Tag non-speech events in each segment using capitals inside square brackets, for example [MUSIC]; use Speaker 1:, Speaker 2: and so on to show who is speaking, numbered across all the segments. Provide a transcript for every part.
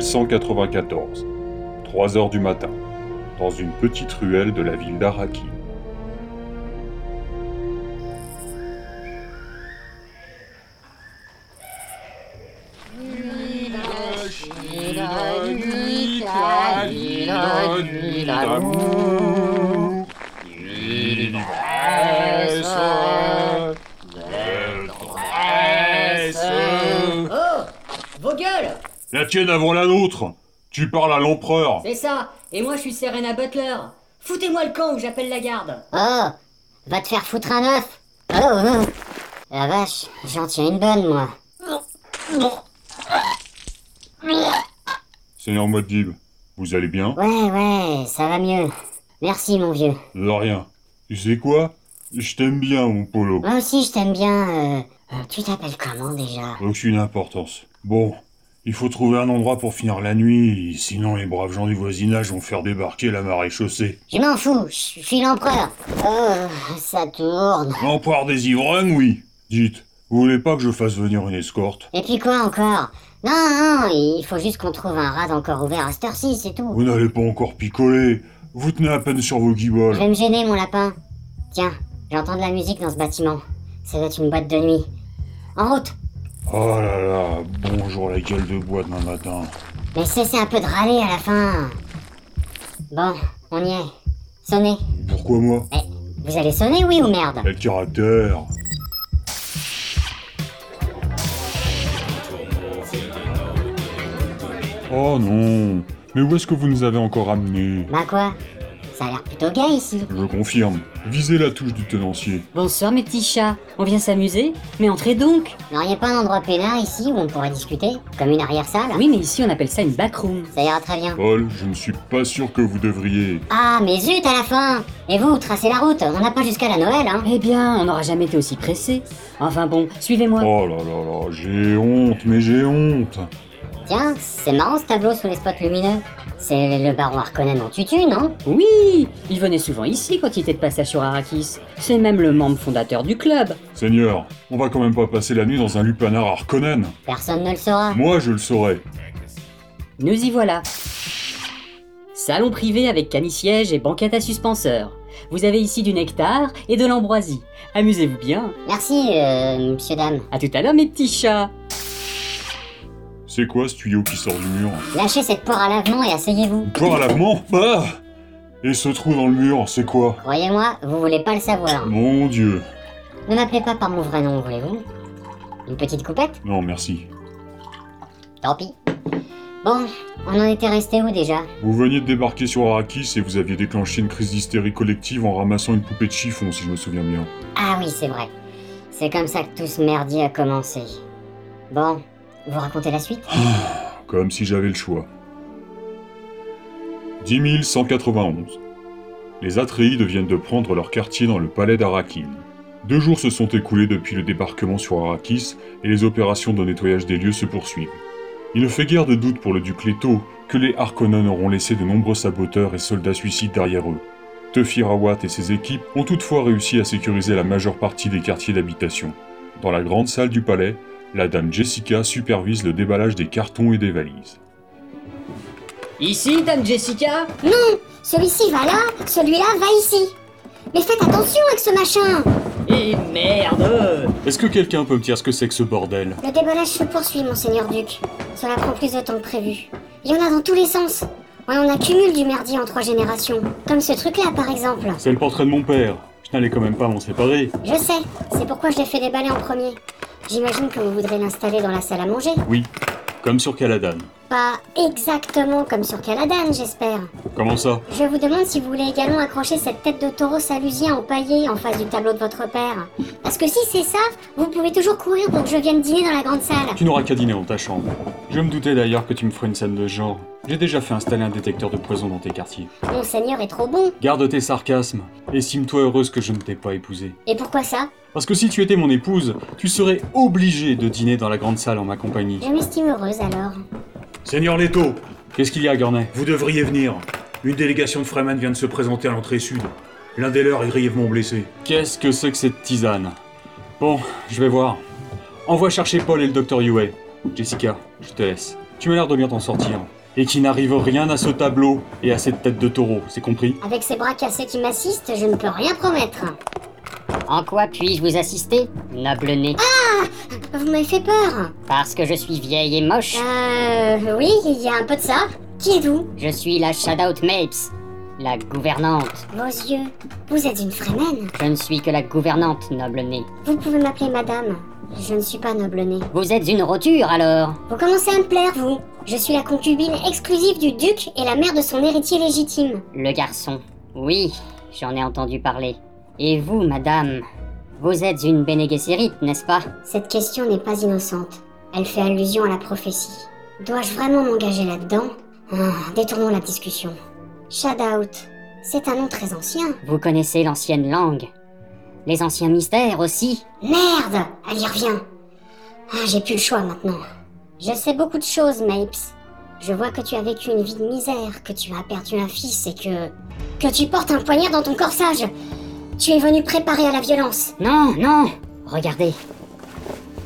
Speaker 1: 10194, 3 heures du matin, dans une petite ruelle de la ville d'Araki.
Speaker 2: Oh Vos gueules
Speaker 1: La tienne avant la nôtre Tu parles à l'empereur
Speaker 2: C'est ça Et moi, je suis Serena Butler Foutez-moi le camp ou j'appelle la garde
Speaker 3: Oh Va te faire foutre un œuf Oh, oh. La vache, j'en tiens une bonne, moi.
Speaker 1: Seigneur Modib, vous allez bien
Speaker 3: Ouais, ouais, ça va mieux. Merci, mon vieux.
Speaker 1: De rien. Tu sais quoi Je t'aime bien, mon polo.
Speaker 3: Moi aussi, je t'aime bien. euh, euh, tu t'appelles comment, déjà
Speaker 1: Aucune importance. Bon, il faut trouver un endroit pour finir la nuit, sinon les braves gens du voisinage vont faire débarquer la marée chaussée.
Speaker 3: Je m'en fous, je suis l'empereur. Oh, ça tourne.
Speaker 1: L'empereur des ivrognes, oui Dites, vous voulez pas que je fasse venir une escorte
Speaker 3: Et puis quoi encore Non, non, il faut juste qu'on trouve un rad encore ouvert à cette heure-ci, c'est tout.
Speaker 1: Vous n'allez pas encore picoler Vous tenez à peine sur vos
Speaker 3: Je
Speaker 1: guiboles
Speaker 3: vais me gêner, mon lapin. Tiens, j'entends de la musique dans ce bâtiment. Ça doit être une boîte de nuit. En route
Speaker 1: Oh là là, bonjour la gueule de bois demain matin.
Speaker 3: Mais cessez un peu de râler à la fin. Bon, on y est. Sonnez.
Speaker 1: Pourquoi moi
Speaker 3: Eh, vous allez sonner, oui ou merde
Speaker 1: Quel caractère Oh non Mais où est-ce que vous nous avez encore amenés
Speaker 3: Bah quoi Ça a l'air plutôt gay ici.
Speaker 1: Je confirme, visez la touche du tenancier.
Speaker 4: Bonsoir mes petits chats, on vient s'amuser Mais entrez donc
Speaker 3: Vous n'auriez pas un endroit peinard ici où on pourrait discuter Comme une arrière-salle
Speaker 4: Ah Oui mais ici on appelle ça une backroom.
Speaker 3: Ça ira très bien.
Speaker 1: Paul, je ne suis pas sûr que vous devriez.
Speaker 3: Ah, mais zut à la fin Et vous, tracez la route, on n'a pas jusqu'à la Noël, hein
Speaker 4: Eh bien, on n'aura jamais été aussi pressé. Enfin bon, suivez-moi.
Speaker 1: Oh là là là, j'ai honte, mais j'ai honte
Speaker 3: Tiens, c'est marrant ce tableau sous les spots lumineux. C'est le baron Harkonnen en tutu, non
Speaker 4: Oui, il venait souvent ici quand il était de passage sur Arrakis. C'est même le membre fondateur du club.
Speaker 1: Seigneur, on va quand même pas passer la nuit dans un lupanar Harkonnen
Speaker 3: Personne ne le saura.
Speaker 1: Moi, je le saurais
Speaker 4: Nous y voilà. Salon privé avec cani-siège et banquette à suspenseur. Vous avez ici du nectar et de l'ambroisie. Amusez-vous bien.
Speaker 3: Merci, euh, monsieur dame.
Speaker 4: À tout à l'heure mes petits chats.
Speaker 1: C'est quoi ce tuyau qui sort du mur
Speaker 3: Lâchez cette poire à lavement et asseyez-vous.
Speaker 1: Une poire à lavement Ah Et ce trou dans le mur, c'est quoi
Speaker 3: Croyez-moi, vous voulez pas le savoir.
Speaker 1: Mon dieu
Speaker 3: Ne m'appelez pas par mon vrai nom, voulez-vous Une petite coupette
Speaker 1: Non, merci.
Speaker 3: Tant pis. Bon, on en était resté où déjà
Speaker 1: Vous veniez de débarquer sur Arrakis et vous aviez déclenché une crise d'hystérie collective en ramassant une poupée de chiffon, si je me souviens bien.
Speaker 3: Ah oui, c'est vrai. C'est comme ça que tout ce merdier a commencé. Bon, vous racontez la suite
Speaker 1: Comme si j'avais le choix. 10 191. Les Atreides viennent de prendre leur quartier dans le palais d'Arakin. Deux jours se sont écoulés depuis le débarquement sur Arrakis et les opérations de nettoyage des lieux se poursuivent. Il ne fait guère de doute pour le duc Leto que les Harkonnen auront laissé de nombreux saboteurs et soldats suicides derrière eux. Tuffy Rawat et ses équipes ont toutefois réussi à sécuriser la majeure partie des quartiers d'habitation. Dans la grande salle du palais, la dame Jessica supervise le déballage des cartons et des valises.
Speaker 4: Ici, Dame Jessica
Speaker 5: Non Celui-ci va là, celui-là va ici. Mais faites attention avec ce machin
Speaker 4: Et merde
Speaker 6: Est-ce que quelqu'un peut me dire ce que c'est que ce bordel
Speaker 5: Le déballage se poursuit, monseigneur Duc. Cela prend plus de temps que prévu. Il y en a dans tous les sens. On en accumule du merdier en trois générations. Comme ce truc-là, par exemple.
Speaker 6: C'est le portrait de mon père. Je n'allais quand même pas m'en séparer.
Speaker 5: Je sais, c'est pourquoi je l'ai fait déballer en premier. J'imagine que vous voudrez l'installer dans la salle à manger.
Speaker 6: Oui, comme sur Caladan.
Speaker 5: Pas exactement comme sur Caladan, j'espère.
Speaker 6: Comment ça
Speaker 5: Je vous demande si vous voulez également accrocher cette tête de taureau salusien empaillée en face du tableau de votre père. Parce que si c'est ça, vous pouvez toujours courir pour que je vienne dîner dans la grande salle.
Speaker 6: Tu n'auras qu'à dîner dans ta chambre. Je me doutais d'ailleurs que tu me ferais une scène de ce genre. J'ai déjà fait installer un détecteur de poison dans tes quartiers.
Speaker 5: Mon seigneur est trop bon.
Speaker 6: Garde tes sarcasmes et cime-toi heureuse que je ne t'ai pas épousée.
Speaker 5: Et pourquoi ça
Speaker 6: Parce que si tu étais mon épouse, tu serais obligée de dîner dans la grande salle en ma compagnie.
Speaker 5: Je m'estime heureuse alors.
Speaker 7: Seigneur Leto,
Speaker 6: Qu'est-ce qu'il y a, Gornet
Speaker 7: vous devriez venir. Une délégation de Fremen vient de se présenter à l'entrée sud. L'un des leurs est grièvement blessé.
Speaker 6: Qu'est-ce que c'est que cette tisane Bon, je vais voir. Envoie chercher Paul et le docteur Huey. Jessica, je te laisse. Tu as l'air de bien t'en sortir. Et qui n'arrive rien à ce tableau et à cette tête de taureau, c'est compris
Speaker 3: Avec ces bras cassés qui m'assistent, je ne peux rien promettre.
Speaker 4: En quoi puis-je vous assister, noble nez
Speaker 3: Vous m'avez fait peur.
Speaker 4: Parce que je suis vieille et moche
Speaker 3: Euh, oui, il y a un peu de ça. Qui êtes-vous
Speaker 4: Je suis la Shadout Mapes, la gouvernante.
Speaker 3: Vos yeux. Vous êtes une Fremen.
Speaker 4: Je ne suis que la gouvernante, noble nez.
Speaker 3: Vous pouvez m'appeler madame. Je ne suis pas noble né.
Speaker 4: Vous êtes une roture alors
Speaker 3: Vous commencez à me plaire, vous. Je suis la concubine exclusive du duc et la mère de son héritier légitime.
Speaker 4: Le garçon. Oui, j'en ai entendu parler. Et vous, madame Vous êtes une Bene Gesserit, n'est-ce pas
Speaker 3: Cette question n'est pas innocente. Elle fait allusion à la prophétie. Dois-je vraiment m'engager là-dedans Ah, Détournons la discussion. Shadout, c'est un nom très ancien.
Speaker 4: Vous connaissez l'ancienne langue Les anciens mystères aussi
Speaker 3: Merde Elle y revient Ah, j'ai plus le choix maintenant. Je sais beaucoup de choses, Mapes. Je vois que tu as vécu une vie de misère, que tu as perdu un fils et que. que tu portes un poignard dans ton corsage Tu es venu préparer à la violence
Speaker 4: Non, non Regardez.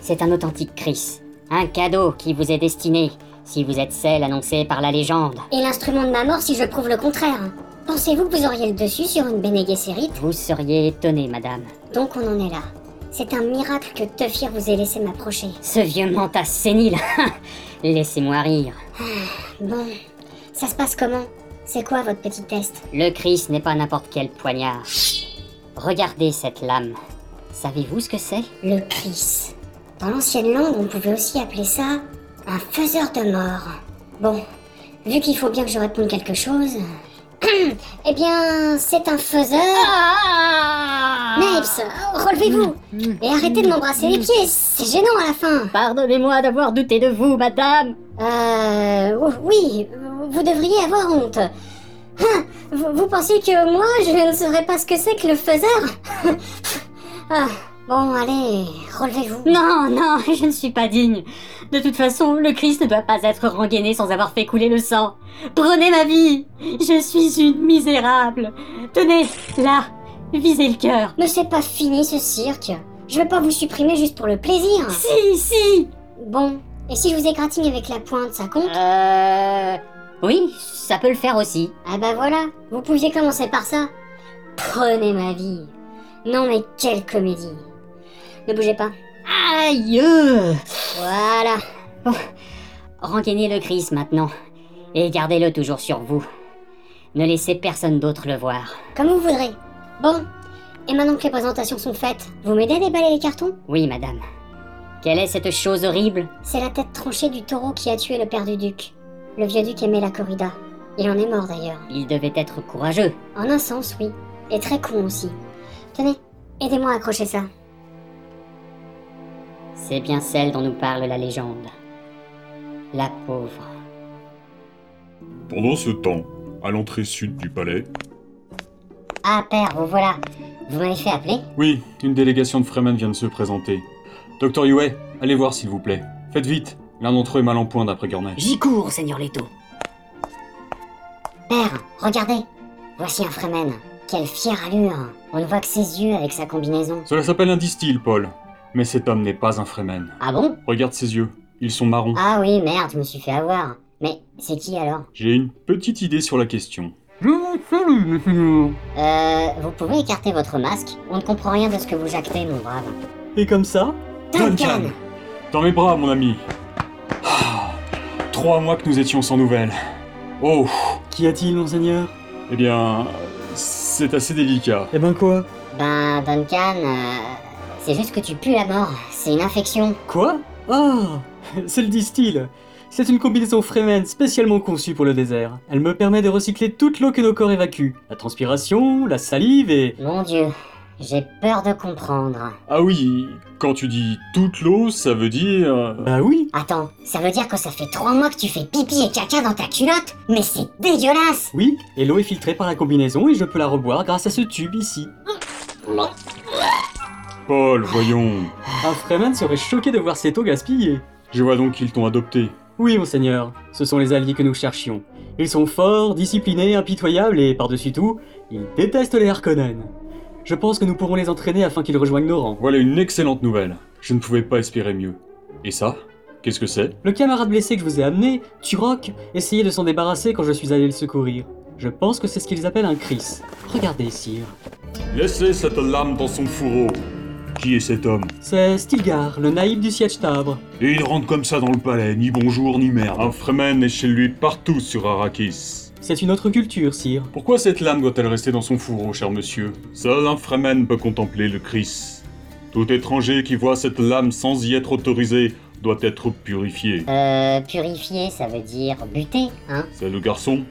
Speaker 4: C'est un authentique Chris. Un cadeau qui vous est destiné, si vous êtes celle annoncée par la légende.
Speaker 3: et l'instrument de ma mort si je prouve le contraire. Pensez-vous que vous auriez le dessus sur une Bene Gesserit
Speaker 4: Vous seriez étonnée, madame.
Speaker 3: Donc on en est là. C'est un miracle que Tefir vous ait laissé m'approcher.
Speaker 4: Ce vieux mentas sénile [LAUGHS] Laissez-moi rire.
Speaker 3: Bon, ça se passe comment C'est quoi votre petit test
Speaker 4: Le Chris n'est pas n'importe quel poignard. Regardez cette lame. Savez-vous ce que c'est
Speaker 3: Le Chris. Dans l'ancienne langue, on pouvait aussi appeler ça un faiseur de mort. Bon, vu qu'il faut bien que je réponde quelque chose. [CLEARS THROAT] eh bien, c'est un faiseur.
Speaker 4: Ah
Speaker 3: Mapes, relevez-vous
Speaker 4: Hmm.
Speaker 3: et arrêtez de m'embrasser les pieds, c'est gênant à la fin.
Speaker 4: Pardonnez-moi d'avoir douté de vous, madame
Speaker 3: Euh. Oui, vous devriez avoir honte. Ah, Vous, vous pensez que moi, je ne saurais pas ce que c'est que le faiseur [LAUGHS] Ah, Bon, allez, relevez-vous.
Speaker 4: Non, non, [LAUGHS] je ne suis pas digne. De toute façon, le Christ ne doit pas être rengainé sans avoir fait couler le sang. Prenez ma vie Je suis une misérable Tenez, là, visez le cœur
Speaker 3: Mais c'est pas fini ce cirque. Je vais pas vous supprimer juste pour le plaisir.
Speaker 4: Si, si
Speaker 3: Bon, et si je vous égratigne avec la pointe, ça compte
Speaker 4: Euh... Oui, ça peut le faire aussi.
Speaker 3: Ah bah voilà, vous pouviez commencer par ça. Prenez ma vie. Non mais quelle comédie. Ne bougez pas.
Speaker 4: Aïe euh.
Speaker 3: Voilà.
Speaker 4: Rengainez le Christ maintenant, et gardez-le toujours sur vous. Ne laissez personne d'autre le voir.
Speaker 3: Comme vous voudrez. Bon, et maintenant que les présentations sont faites, vous m'aidez à déballer les cartons
Speaker 4: Oui, madame. Quelle est cette chose horrible
Speaker 3: C'est la tête tranchée du taureau qui a tué le père du duc. Le vieux duc aimait la corrida. Il en est mort d'ailleurs.
Speaker 4: Il devait être courageux.
Speaker 3: En un sens, oui. Et très con aussi. Tenez, aidez-moi à accrocher ça.
Speaker 4: C'est bien celle dont nous parle la légende. La pauvre.
Speaker 1: Pendant ce temps, à l'entrée sud du palais,
Speaker 4: Ah, père, vous voilà. Vous m'avez fait appeler
Speaker 6: Oui, une délégation de Fremen vient de se présenter. Docteur Yue, allez voir s'il vous plaît. Faites vite, l'un d'entre eux est mal en point d'après Gornet.
Speaker 8: J'y cours, Seigneur Leto.
Speaker 4: Père, regardez. Voici un Fremen. Quelle fière allure. On ne voit que ses yeux avec sa combinaison.
Speaker 6: Cela s'appelle un distil, Paul. Mais cet homme n'est pas un Fremen.
Speaker 4: Ah bon
Speaker 6: Regarde ses yeux, ils sont marrons.
Speaker 4: Ah oui, merde, je me suis fait avoir. Mais c'est qui alors
Speaker 6: J'ai une petite idée sur la question.
Speaker 4: Euh, vous pouvez écarter votre masque On ne comprend rien de ce que vous jactez, mon brave.
Speaker 6: Et comme ça
Speaker 3: Duncan
Speaker 6: Dans mes bras, mon ami Ah, Trois mois que nous étions sans nouvelles. Oh
Speaker 9: Qu'y a-t-il, monseigneur
Speaker 6: Eh bien, c'est assez délicat.
Speaker 9: Eh ben quoi
Speaker 4: Ben, Duncan, euh, c'est juste que tu pues la mort. C'est une infection.
Speaker 9: Quoi Ah [LAUGHS] C'est le distil C'est une combinaison Fremen spécialement conçue pour le désert. Elle me permet de recycler toute l'eau que nos corps évacuent. La transpiration, la salive et...
Speaker 4: Mon Dieu, j'ai peur de comprendre.
Speaker 6: Ah oui, quand tu dis toute l'eau, ça veut dire...
Speaker 9: Bah oui
Speaker 4: Attends, ça veut dire que ça fait trois mois que tu fais pipi et caca dans ta culotte Mais c'est dégueulasse
Speaker 9: Oui, et l'eau est filtrée par la combinaison et je peux la reboire grâce à ce tube ici.
Speaker 6: Paul, voyons.
Speaker 9: Un Fremen serait choqué de voir cette eau gaspillée.
Speaker 6: Je vois donc qu'ils t'ont adopté.
Speaker 9: Oui, monseigneur, ce sont les alliés que nous cherchions. Ils sont forts, disciplinés, impitoyables et, par-dessus tout, ils détestent les Harkonnen. Je pense que nous pourrons les entraîner afin qu'ils rejoignent nos rangs.
Speaker 6: Voilà une excellente nouvelle. Je ne pouvais pas espérer mieux. Et ça Qu'est-ce que c'est
Speaker 4: Le camarade blessé que je vous ai amené, Turok, essayait de s'en débarrasser quand je suis allé le secourir. Je pense que c'est ce qu'ils appellent un Chris. Regardez, sire.
Speaker 6: Laissez cette lame dans son fourreau.
Speaker 10: Qui est cet homme
Speaker 4: C'est Stilgar, le naïf du siège Tabre.
Speaker 10: Et il rentre comme ça dans le palais, ni bonjour ni
Speaker 6: Un
Speaker 10: merde.
Speaker 6: Fremen est chez lui partout sur Arrakis.
Speaker 4: C'est une autre culture, sire.
Speaker 6: Pourquoi cette lame doit-elle rester dans son fourreau, cher monsieur Seul un Fremen peut contempler le Chris. Tout étranger qui voit cette lame sans y être autorisé doit être purifié.
Speaker 3: Euh, purifier, ça veut dire buter, hein
Speaker 6: C'est le garçon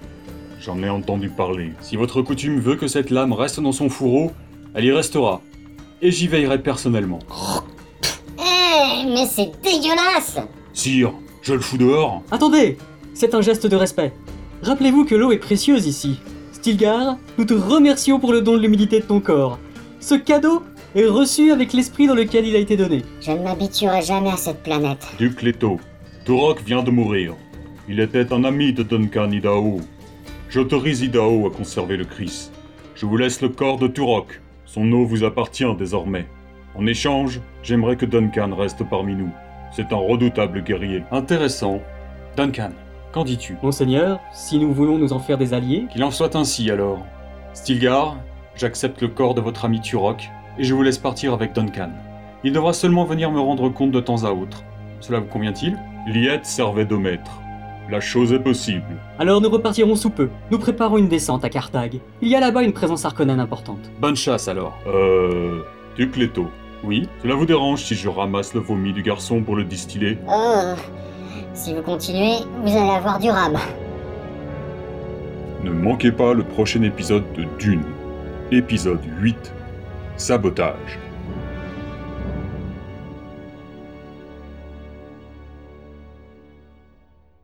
Speaker 6: J'en ai entendu parler. Si votre coutume veut que cette lame reste dans son fourreau, elle y restera. Et j'y veillerai personnellement.
Speaker 3: Eh, mais c'est dégueulasse
Speaker 10: Sire, je le fous dehors
Speaker 4: Attendez C'est un geste de respect. Rappelez-vous que l'eau est précieuse ici. Stilgar, nous te remercions pour le don de l'humidité de ton corps. Ce cadeau est reçu avec l'esprit dans lequel il a été donné.
Speaker 3: Je ne m'habituerai jamais à cette planète.
Speaker 6: Duc Leto, Turok vient de mourir. Il était un ami de Duncan Idaho. J'autorise Idaho à conserver le Chris. Je vous laisse le corps de Turok. Son eau vous appartient désormais. En échange, j'aimerais que Duncan reste parmi nous. C'est un redoutable guerrier. Intéressant. Duncan, qu'en dis-tu
Speaker 4: Monseigneur, si nous voulons nous en faire des alliés,
Speaker 6: Qu'il en soit ainsi alors. Stilgar, j'accepte le corps de votre ami Turok et je vous laisse partir avec Duncan. Il devra seulement venir me rendre compte de temps à autre. Cela vous convient-il Liette servait de maître. La chose est possible.
Speaker 4: alors nous repartirons sous peu. Nous préparons une descente à Carthage. Il y a là-bas une présence arconane importante.
Speaker 6: Bonne chasse alors. Euh. Duc Leto. Oui Cela vous dérange si je ramasse le vomi du garçon pour le distiller
Speaker 3: Oh, si vous continuez, vous allez avoir du rab.
Speaker 11: Ne manquez pas le prochain épisode de Dune, épisode 8, Sabotage.